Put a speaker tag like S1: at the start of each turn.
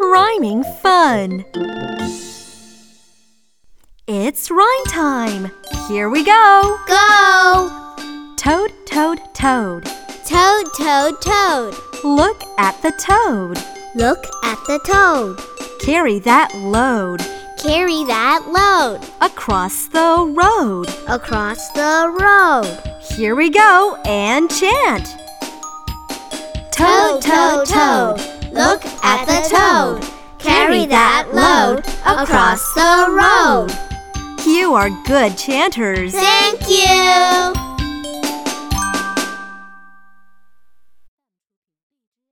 S1: rhyming fun. It's rhyme time. Here we go.
S2: Go!
S1: Toad, toad, toad.
S2: Toad, toad, toad.
S1: Look at the toad.
S2: Look at the toad.
S1: Carry that load
S2: Carry that load
S1: across the road.
S2: across the road.
S1: Here we go and chant.
S2: Toad, toad, toad. Look at the toad. Carry that load across the road.
S1: You are good chanters.
S2: Thank you.